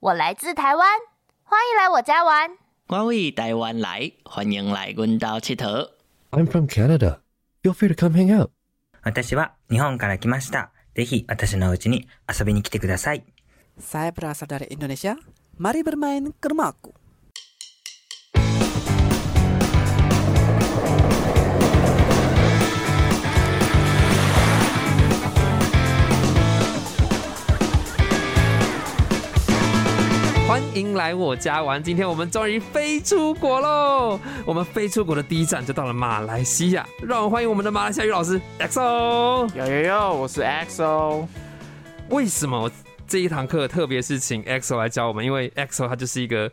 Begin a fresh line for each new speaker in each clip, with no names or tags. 我来自台湾，欢迎来我家玩。
我为台湾来，欢迎来阮兜佚佗。
I'm from Canada. Feel free to come hang out.
私は日本から来ました。ぜひ私の家に遊びに来てください。
Saya berasal dari Indonesia. Mari bermain ke rumahku.
“欢迎来我家玩”。今天我们终于飞出国喽！我们飞出国的第一站就到了马来西亚，让我们欢迎我们的马来西亚语老师 XO。
有有有，我是哦 XO。
为什么我这一堂课特别是请 XO 来教我们？因为 XO 他就是一个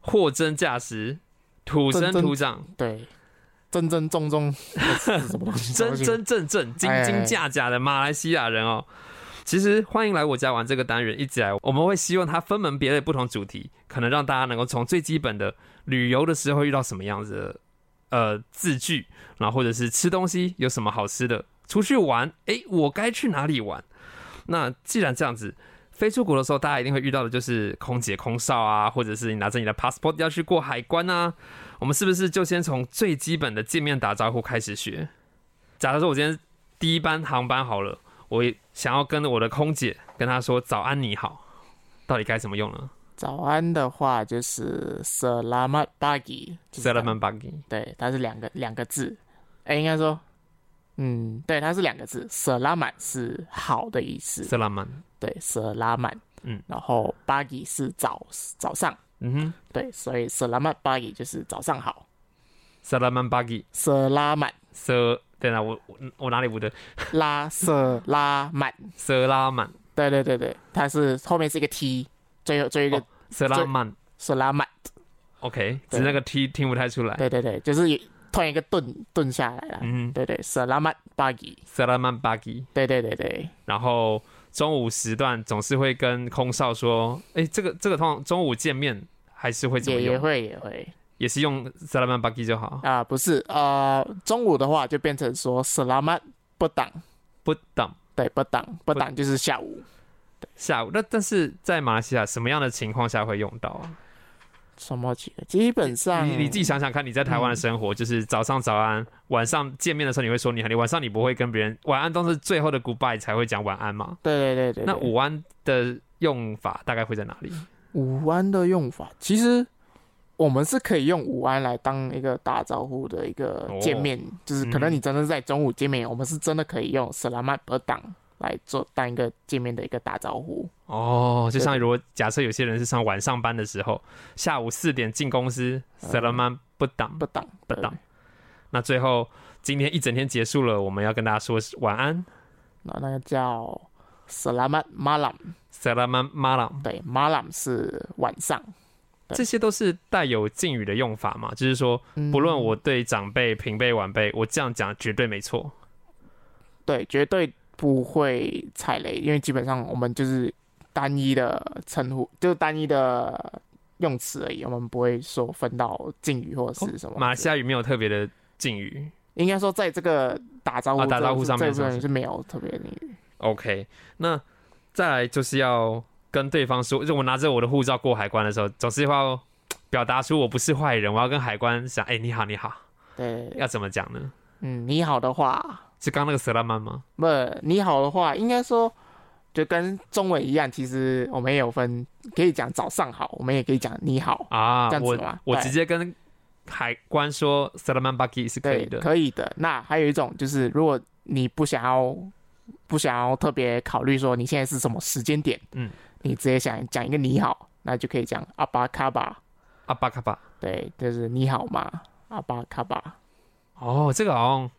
货真价实、土生土长、
对，真真重重，这是什么东 西？
真真正正、斤斤价价的马来西亚人哦。其实欢迎来我家玩这个单元，一直以来我们会希望它分门别类不同主题，可能让大家能够从最基本的旅游的时候遇到什么样子的呃字句，然后或者是吃东西有什么好吃的，出去玩，诶，我该去哪里玩？那既然这样子，飞出国的时候，大家一定会遇到的就是空姐、空少啊，或者是你拿着你的 passport 要去过海关啊。我们是不是就先从最基本的见面打招呼开始学？假如说我今天第一班航班好了，我也想要跟我的空姐跟她说早安你好，到底该怎么用呢
早安的话就是 Selamat pagi，就是
s e l a m a n buggy
对，它是两个两个字。哎、应该说，嗯，对，它是两个字。Selamat 是好的意思
s，e l a m a n
对，Selamat。
嗯，
然后 pagi 是早早上，
嗯哼
对，所以 Selamat pagi 就是早上好。
s e l a m a n buggy
Selamat
色，对啦，我我我哪里不对？
拉 Selamat，
色拉满，
对对对对，它是后面是一个 t，最后最后一个
哦色拉满
Selamat。
，OK，只
对
是那个 T 听不太出来
对对对，就是有突然一个顿顿下来了。
哎嗯
对对，Selamat pagi。
s e l a m a n buggy。
对对对对
然后中午时段总是会跟空少说，哎、这个这个通常中午见面还是会怎么
也
用？
也会也会
也是用 s a l a m a n b a g i 就好，
啊、不是呃，中午的话就变成说 Selamat p e t a n g
不等
对 p e t a n g p e t a n g 就是下午。
下午。那但是在马来西亚什么样的情况下会用到啊？
什么几个？基本上
你你自己想想看，你在台湾的生活、就是早上早安，晚上见面的时候你会说你好，你晚上你不会跟别人晚安，都是最后的 goodbye 才会讲晚安嘛？
对对对对，
那
对
午安的用法大概会在哪里？
午安的用法，其实我们是可以用午安来当一个打招呼的一个
哦
见面，就是可能
嗯
你真的是在中午见面，我们是真的可以用 Selamat p e t a n g 来做当一个见面的一个打招呼。
哦，就像如果假设有些人是上晚上班的时候，下午四点进公司 s a l a m a n b 等。
不当
不当。那最后今天一整天结束了，我们要跟大家说晚安
那那个叫 Selamat malam，
嗯，Salaman Malam。
对，malam 是晚上，对
这些都是带有敬语的用法嘛，就是说，
嗯
不论我对长辈、平辈、晚辈，我这样讲绝对没错。
对，绝对不会踩雷，因为基本上我们就是单一的称呼，就是单一的用词而已，我们不会说分到敬语或者是什么。
哦马来西亚语没有特别的敬语。
应该说在这个打招呼、
啊打招呼上面
这
是
个
不是
是没有特别的敬语。
OK，那再来就是要跟对方说，就我拿着我的护照过海关的时候，总是要表达出我不是坏人，我要跟海关讲，哎、你好，你好，
对，
要怎么讲呢？
嗯，你好的话，
是刚那个 Salaman 吗？
不，你好的话，应该说。就跟中文一样，其实我们也有分，可以讲早上好，我们也可以讲你好，
啊
这，样子
我
吗
我
对
直接跟海关说 Salaman Baki 是可
对
以，的。
可以的。那还有一种就是，如果你不想要不想要特别考虑说你现在是什么时间点，
嗯，
你直接想讲一个你好，那就可以讲阿巴卡巴，
阿啊巴卡巴。
对，就是你好嘛，阿巴卡巴，
哦，这个好像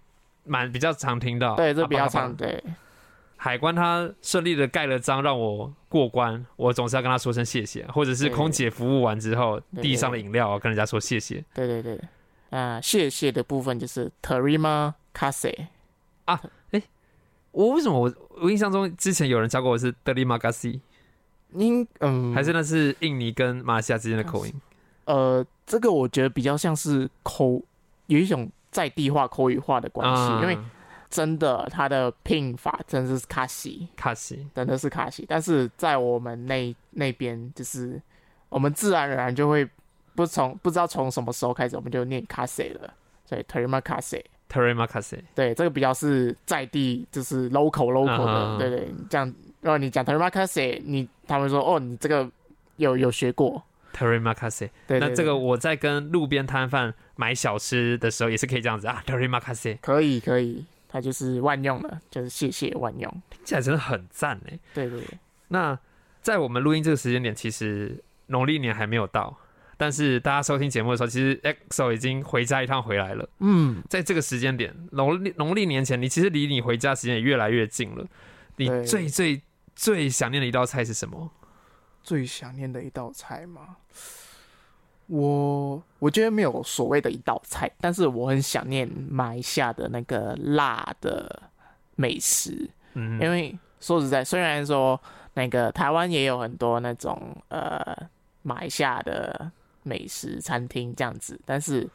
蛮比较常听到。
对，这比较
阿巴卡
长，
巴。
对，
海关他顺利的盖了章让我过关，我总是要跟他说声谢谢，或者是
对
空姐服务完之后
对
递上了饮料，跟人家说谢谢
对对对。啊、谢谢的部分就是 terima kase，
啊。哎，我为什么我我印象中之前有人教过我是 Terima kasih，
应嗯
还是那是印尼跟马来西亚之间的口音？
呃，这个我觉得比较像是口有一种在地化口语化的关系，因为
啊
真的它的拼法真的是卡西，
卡西，
真的是卡西。但是在我们那那边，就是我们自然而然就会不从不知道从什么时候开始，我们就念卡西了。所以 t e r i m a 卡西，
t e r i m a 卡西，
对，这个比较是在地，就是 local local 的
啊
对对。这样，如果你讲 t e r i m a 卡西，你他们说哦，你这个有有学过，
t e r i m a 卡西。
对对
那这
对
个我在跟路边摊贩买小吃的时候也是可以这样子啊 t e r i m a 卡西，
可以可以，它就是万用的，就是谢谢万用。
听起来真的很赞哎。
对对对，
那在我们录音这个时间点，其实农历年还没有到，但是大家收听节目的时候，其实 EXO 已经回家一趟回来了。
嗯，
在这个时间点，农历农历年前，你其实离你回家时间也越来越近了。你
对
最最最想念的一道菜是什么？
最想念的一道菜吗？我我觉得没有所谓的一道菜，但是我很想念马来西亚的那个辣的美食，
嗯，
因为说实在，虽然说那个台湾也有很多那种呃马来西亚的美食餐厅这样子，但是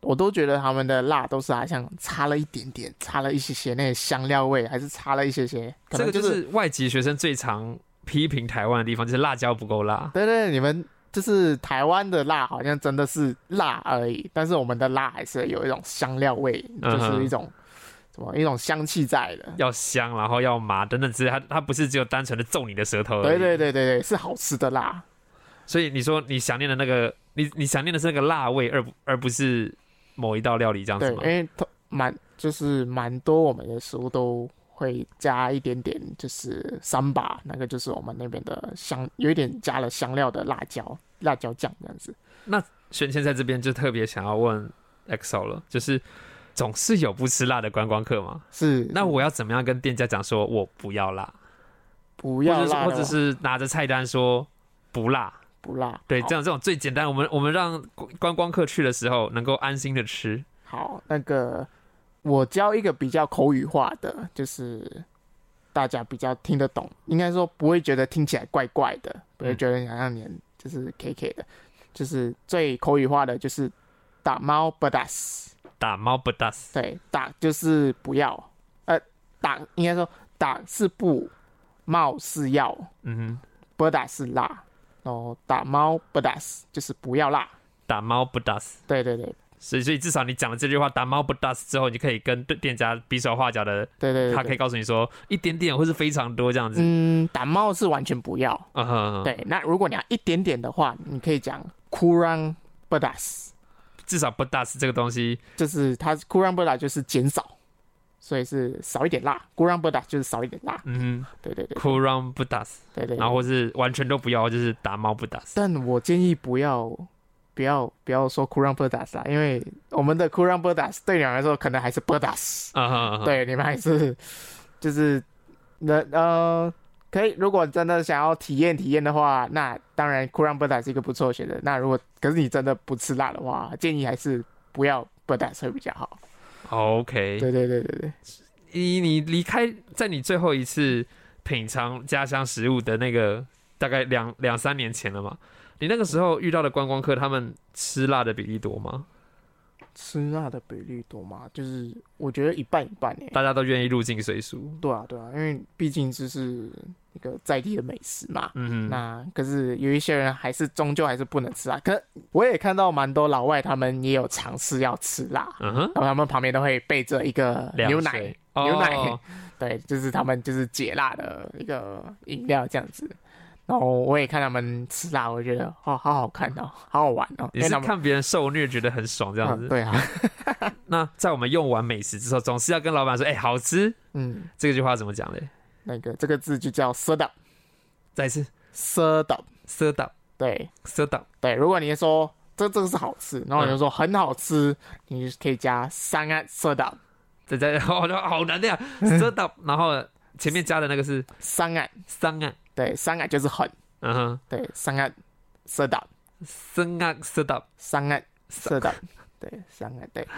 我都觉得他们的辣都是好像差了一点点，差了一些些那个香料味，还是差了一些些，可
这
能
个就
就是
是外籍学生最常批评台湾的地方，就是辣椒不够辣。
对对，你们就是台湾的辣，好像真的是辣而已，但是我们的辣还是有一种香料味，就
嗯哼
是一种什么一种香气在的。
要香，然后要麻等等之类，它它不是只有单纯的揍你的舌头而已。
对对对对对，是好吃的辣。
所以你说你想念的那个，你你想念的是那个辣味，而不而不是某一道料理这样
对，
子
因
吗？
为它蛮就是蛮多我们的食物都会加一点点，就是三把，那个就是我们那边的香，有一点加了香料的辣椒辣椒酱这样子。
轩芊在这边就特别想要问 EXO 了，就是总是有不吃辣的观光客嘛？
是，
那我要怎么样跟店家讲说我不要辣，
不
或
要
者是
辣
或
的话，
者是拿着菜单说不辣？
不辣。
对，
好
这样这种最简单，我们我们让观光客去的时候能够安心的吃。
好，那个我教一个比较口语化的，就是大家比较听得懂，应该说不会觉得听起来怪怪
嗯
的，不会觉得好像你就是 K K 的，就是最口语化的就是打猫不打死，
打猫不打死，
对，打就是不要，呃，打应该说打是不，猫是要，
嗯哼，
不打是辣，然后打猫不打死就是不要辣，
打猫不打死。
对对对
所以，所以至少你讲了这句话“打猫不打死”之后，你可以跟店家比手画脚的，
对对对，
他可以
对
告诉你说一点点或是非常多这样子。
嗯，打猫是完全不要。
嗯哼，
对，那如果你要一点点的话，你可以讲 kurang bedas，
至少不打死这个东西
就是它 kurang bedas 就是减少，所以是少一点辣，kurang bedas 就是少一点辣。
嗯
对对对
，cool run 不打死，
对对。
然后或是完全都不要，就是打猫不打死。
但我建议不要不要不要说 kurang bedas 啦，因为我们的 kurang bedas 对你们来说可能还是 bedas，、
啊哈，
对你们还是就是那呃。可以，如果真的想要体验体验的话，那当然 kurang bedas 是一个不错的选择。那如果可是你真的不吃辣的话，建议还是不要 bedas 会比较好。
，OK。
对对对对对，
你你离开，在你最后一次品尝家乡食物的那个大概两两三年前了嘛？你那个时候遇到的观光客，他们吃辣的比例多吗？
吃辣的比例多吗？就是我觉得一半一半诶、
大家都愿意入境随俗？
对啊对啊，因为毕竟就是一个在地的美食嘛。
嗯哼，
那可是有一些人还是终究还是不能吃辣，可我也看到蛮多老外他们也有尝试要吃辣，
嗯哼。
然后他们旁边都会备着一个
凉
牛奶
水，哦
牛奶 对，就是他们就是解辣的一个饮料这样子。然后我也看他们吃辣，我觉得哦，好好看哦，好好玩哦。
你
因为
是
他们
看别人受虐觉得很爽这样子。
嗯对啊，
那在我们用完美食之后，总是要跟老板说：“哎、好吃。
嗯，”
这句话怎么讲嘞？
那个这个字就叫 “set up”。
再一次
set up，
，“set up
对
set up”。
对，如果你说这这个是好吃，
嗯
然后你就说很好吃，你就可以加三个 set up，
再再， 好难好难的呀，set up。然后前面加的那个是
三个
三啊，
对，三个就是很
嗯哼，
对，三个 set up，
三啊 set up。
三个 set up，对，三个对，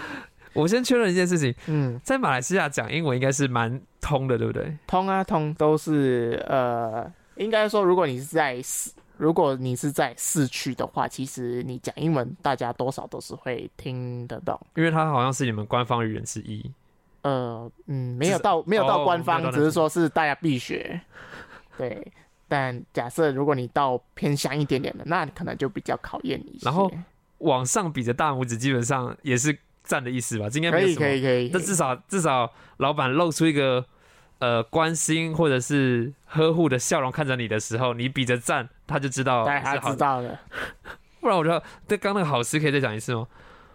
我先确认一件事情，
嗯，
在马来西亚讲英文应该是蛮通的，对不对？
通啊通都是呃，应该说如果你是在市，如果你是在市区的话，其实你讲英文，大家多少都是会听得懂。
因为它好像是你们官方语言之一。
呃，嗯，没有
就是
到没有到
哦
官
没
方，
有到
只
那
是说是大家必学。对，但假设如果你到偏乡一点点的，那可能就比较考验你一些。
然后往上比着大拇指，基本上也是赞的意思吧？这应该
可
没有
以
什么
可以可以，
但至少至少老板露出一个呃关心或者是呵护的笑容看着你的时候，你比着赞，他就知道
对，
是
他
好
知
的。
道了。
不然我觉得对刚那个好吃可以再讲一次吗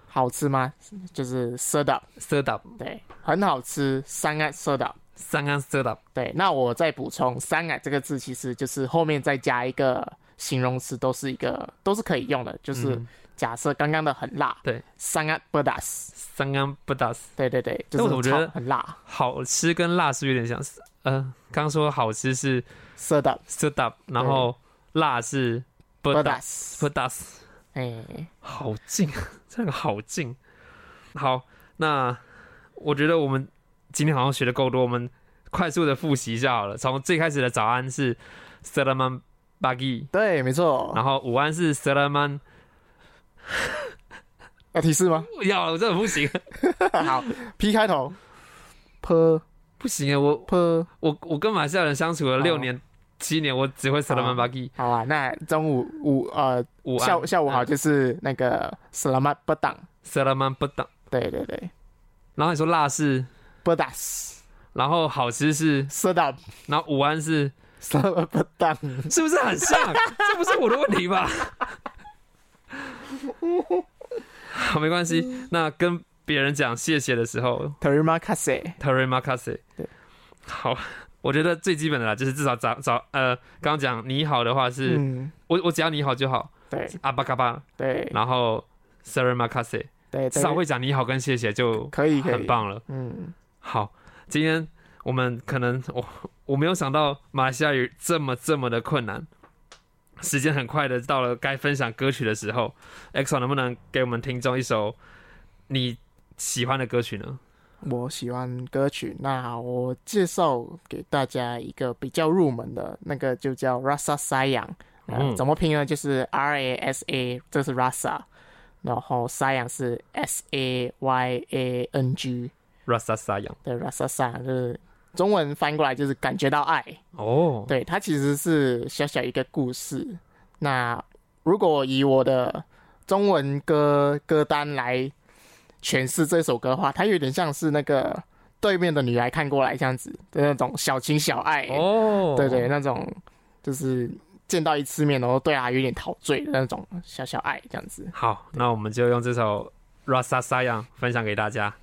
好吃吗？就是赊到，
s e t up
对，很好吃，三个赊到。
三安 s e t up
对，那我再补充“三啊”这个字，其实就是后面再加一个形容词，都是一个都是可以用的。就是
嗯
假设刚刚的很辣，
对，
三啊不打死，
三安不打死，
对对对，
但我
就是
怎么觉得
超很辣，
好吃跟辣是有点像，呃，刚说好吃是
色的
s e t up，然后辣是不
不
打
打
死
死
不，打死，
哎，
好近， 这个好近。好，那我觉得我们今天好像学的够多，我们快速的复习一下好了。从最开始的早安是 Salaman Bagi，
对，没错
然。后午安是 Salaman，
要提示吗？
不要了，我真的不行，
好，P 开头，p
不行啊！我
p，
我我跟马来西亚人相处了六年、七年，我只会 Salaman
哦
Bagi。
好啊。那中午午呃
午安
下午下午好就是那个 selamat b e d a n g
Salaman b u d
对对对
然后你说辣是，
b e d a s
然后好吃是，
色的
然后午安是，
selamat b e d a n g
是不是很像？ 这不是我的问题吧？好，没关系。那跟别人讲谢谢的时候
terima kasih。
t e r i m a k a s e
对，
好，我觉得最基本的啦，就是至少早早呃，刚刚讲你好的话是，
嗯，
我我只要你好就好，
对
阿巴嘎巴，
对
然后 s e r i m a k a s e
对，
至
对
少会讲你好跟谢谢就
可以可以，
很。棒了。
嗯，
好，今天我们可能我我没有想到马来西亚语这么这么的困难。时间很快的到了该分享歌曲的时候，EXO 能不能给我们听众一首你喜欢的歌曲呢？
我喜欢歌曲，那我介绍给大家一个比较入门的那个，就叫 Rasa Sayang。呃
嗯
怎么拼呢？就是 R A S A，这是 Rasa，然后 Sayang 是 S A Y A N G，
Rasa Sayang
对，Rasa Sayang 就是中文翻过来就是感觉到爱。
哦，
对，它其实是小小一个故事。那如果以我的中文歌歌单来诠释这首歌的话，它有点像是那个对面的女孩看过来这样子的那种小情小爱，
哦，
对对，那种就是见到一次面，然后对她有点陶醉的那种小小爱这样子。
好，那我们就用这首 Rasa Sayang 分享给大家。